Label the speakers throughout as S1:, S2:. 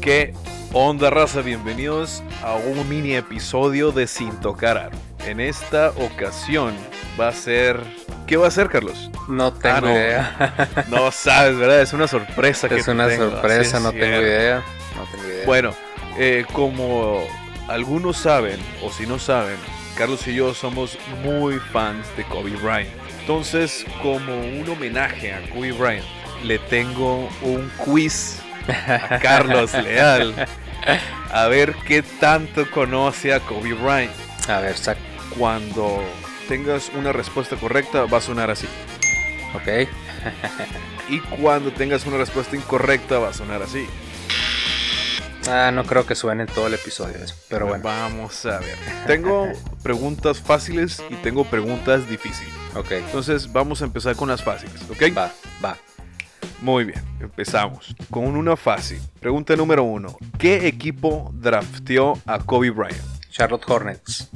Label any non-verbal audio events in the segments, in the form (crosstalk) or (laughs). S1: ¿Qué onda raza? Bienvenidos a un mini episodio de Sin Tocar Aro. En esta ocasión va a ser... ¿Qué va a ser,
S2: (laughs)
S1: Carlos?
S2: No tengo
S1: Ah, no. (laughs)
S2: idea.
S1: No sabes, ¿verdad? Es una sorpresa que
S2: (laughs) es una
S1: tengo, así
S2: sorpresa,
S1: es
S2: no
S1: cierto.
S2: tengo idea. No tengo idea.
S1: Bueno, eh, como algunos saben, o si no saben, Carlos y yo somos muy fans de Kobe Bryant. Entonces, como un homenaje a Kobe Bryant, le tengo un quiz a Carlos Leal. A ver qué tanto conoce a Kobe Bryant.
S2: a ver, sac.
S1: Cuando tengas una respuesta correcta, va a sonar así.
S2: Ok.
S1: Y cuando tengas una respuesta incorrecta, va a sonar así.
S2: Ah, no creo que suene en todo el episodio eso. Pero bueno.
S1: Vamos a ver. Tengo preguntas fáciles y tengo preguntas difíciles.
S2: Ok.
S1: Entonces vamos a empezar con las fáciles, ¿ok?
S2: Va, va.
S1: Muy bien, empezamos con una fácil. Pregunta número uno. ¿Qué equipo drafteó a Kobe Bryant?
S2: Charlotte Hornets.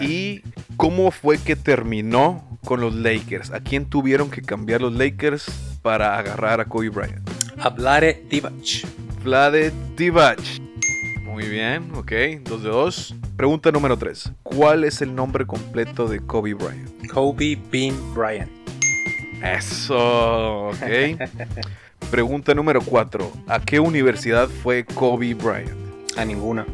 S1: ¿Y cómo fue que terminó con los Lakers? ¿A quién tuvieron que cambiar los Lakers para agarrar a Kobe Bryant?
S2: Hablare Divac.
S1: Vlade Divac. Muy bien, ok, dos de dos. Pregunta número tres. ¿Cuál es el nombre completo de Kobe Bryant?
S2: Kobe Bean Bryant.
S1: Eso, ok. Pregunta número 4. ¿A qué universidad fue Kobe Bryant?
S2: A ninguna.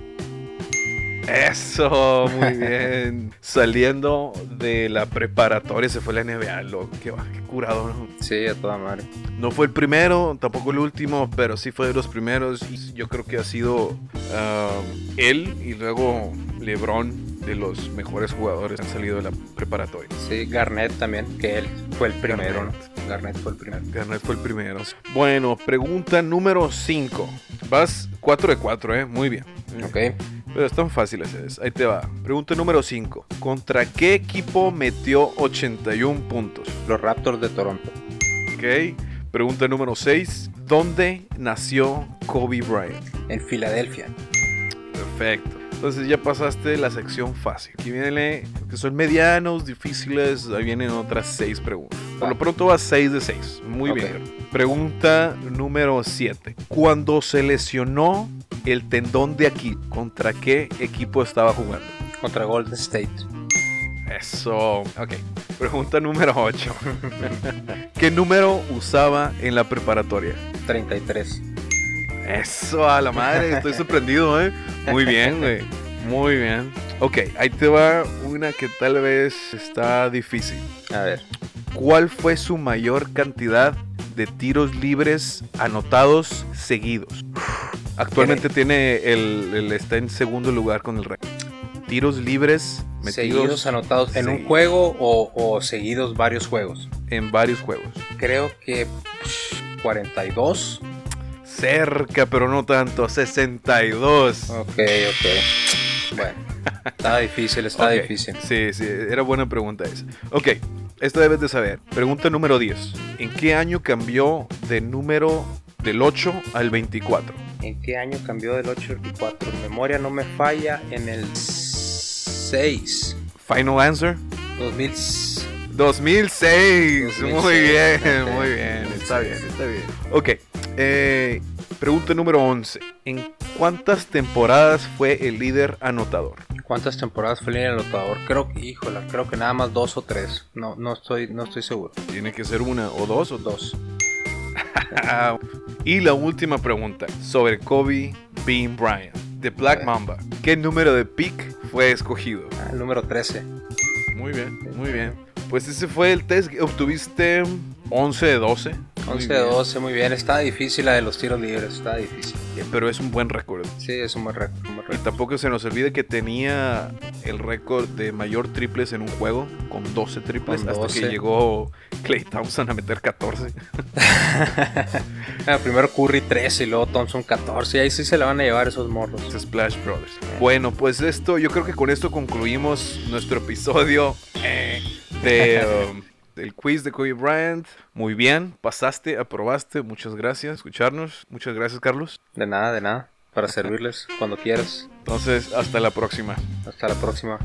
S1: Eso, muy bien. Saliendo de la preparatoria se fue a la NBA, loco. Qué, va- qué curado, ¿no?
S2: Sí, a toda madre.
S1: No fue el primero, tampoco el último, pero sí fue de los primeros. Y yo creo que ha sido ah, él y luego LeBron de los mejores jugadores que han salido de la preparatoria.
S2: Sí, Garnett también, que él fue el primero, ¿no? Garnett fue el primero.
S1: Garnet fue el primero. Bueno, pregunta número 5. Vas 4 de 4, ¿eh? Muy bien.
S2: Ok.
S1: Pero están fáciles esas. Ahí te va. Pregunta número 5. ¿Contra qué equipo metió 81 puntos?
S2: Los Raptors de Toronto.
S1: Ok. Pregunta número 6. ¿Dónde nació Kobe Bryant?
S2: En Filadelfia.
S1: Perfecto. Entonces ya pasaste la sección fácil. Aquí viene, que son medianos, difíciles, ahí vienen otras seis preguntas. Por lo pronto va 6 de 6. Muy
S2: Ok.
S1: bien. Carlos. Pregunta número 7. Cuando se lesionó el tendón de aquí, ¿contra qué equipo estaba jugando?
S2: Contra Golden State.
S1: Eso. Ok. Pregunta número 8. (laughs) ¿Qué número usaba en la preparatoria?
S2: 33.
S1: Eso, a la madre, estoy sorprendido, ¿eh? Muy bien, güey. Muy bien. Ok, ahí te va una que tal vez está difícil.
S2: A ver.
S1: ¿Cuál fue su mayor cantidad de tiros libres anotados seguidos? Actualmente tiene el, el- está en segundo lugar con el ranking. Tiros libres metidos
S2: seguidos anotados en un
S1: seguidos.
S2: juego o, o seguidos varios juegos.
S1: en varios juegos.
S2: Creo que psh, 42.
S1: Cerca, pero no tanto, 62.
S2: Ok, ok. Bueno, está difícil, está
S1: Ok,
S2: difícil.
S1: Sí, sí, era buena pregunta esa. Ok, esta debes de saber. Pregunta número 10. ¿En qué año cambió de número del 8 al 24?
S2: ¿En qué año cambió del 8 al 4? Memoria no me falla en el 6.
S1: Final answer.
S2: 2000.
S1: 2006. Muy
S2: 2006,
S1: bien,
S2: ok.
S1: muy bien. Está bien, está bien. Ok, eh, pregunta número 11. ¿En cuántas temporadas fue el líder anotador?
S2: ¿Cuántas temporadas fue el anotador? Creo que, híjola, creo que nada más dos o tres. No, no estoy, no estoy seguro.
S1: Tiene que ser una o dos o dos.
S2: Dos.
S1: Ah, y la última pregunta sobre Kobe Bean Bryant, The Black Mamba. ¿Qué número de pick fue escogido?
S2: Ah, el número 13.
S1: Muy bien, muy bien. Pues ese fue el test. que Obtuviste 11 de 12. Muy
S2: 11 de 12, muy bien. Está difícil la de los tiros libres, está difícil.
S1: bien, Pero es un buen récord.
S2: Sí, es un buen récord. un buen
S1: Y
S2: récord.
S1: tampoco se nos olvide que tenía el récord de mayor triples en un juego, con 12 triples,
S2: Con
S1: hasta
S2: 12.
S1: que llegó Clay Thompson a meter 14.
S2: Ah, primero Curry 13 y luego Thompson 14. Ahí sí se la van a llevar esos morros.
S1: Los Splash Brothers. Bueno, pues esto, yo creo que con esto concluimos nuestro episodio eh, de, um, del quiz de Kobe Bryant. Muy bien, pasaste, aprobaste. Muchas gracias, escucharnos. Muchas gracias, Carlos.
S2: De nada, de nada. Para servirles cuando quieras.
S1: Entonces, hasta la próxima.
S2: Hasta la próxima.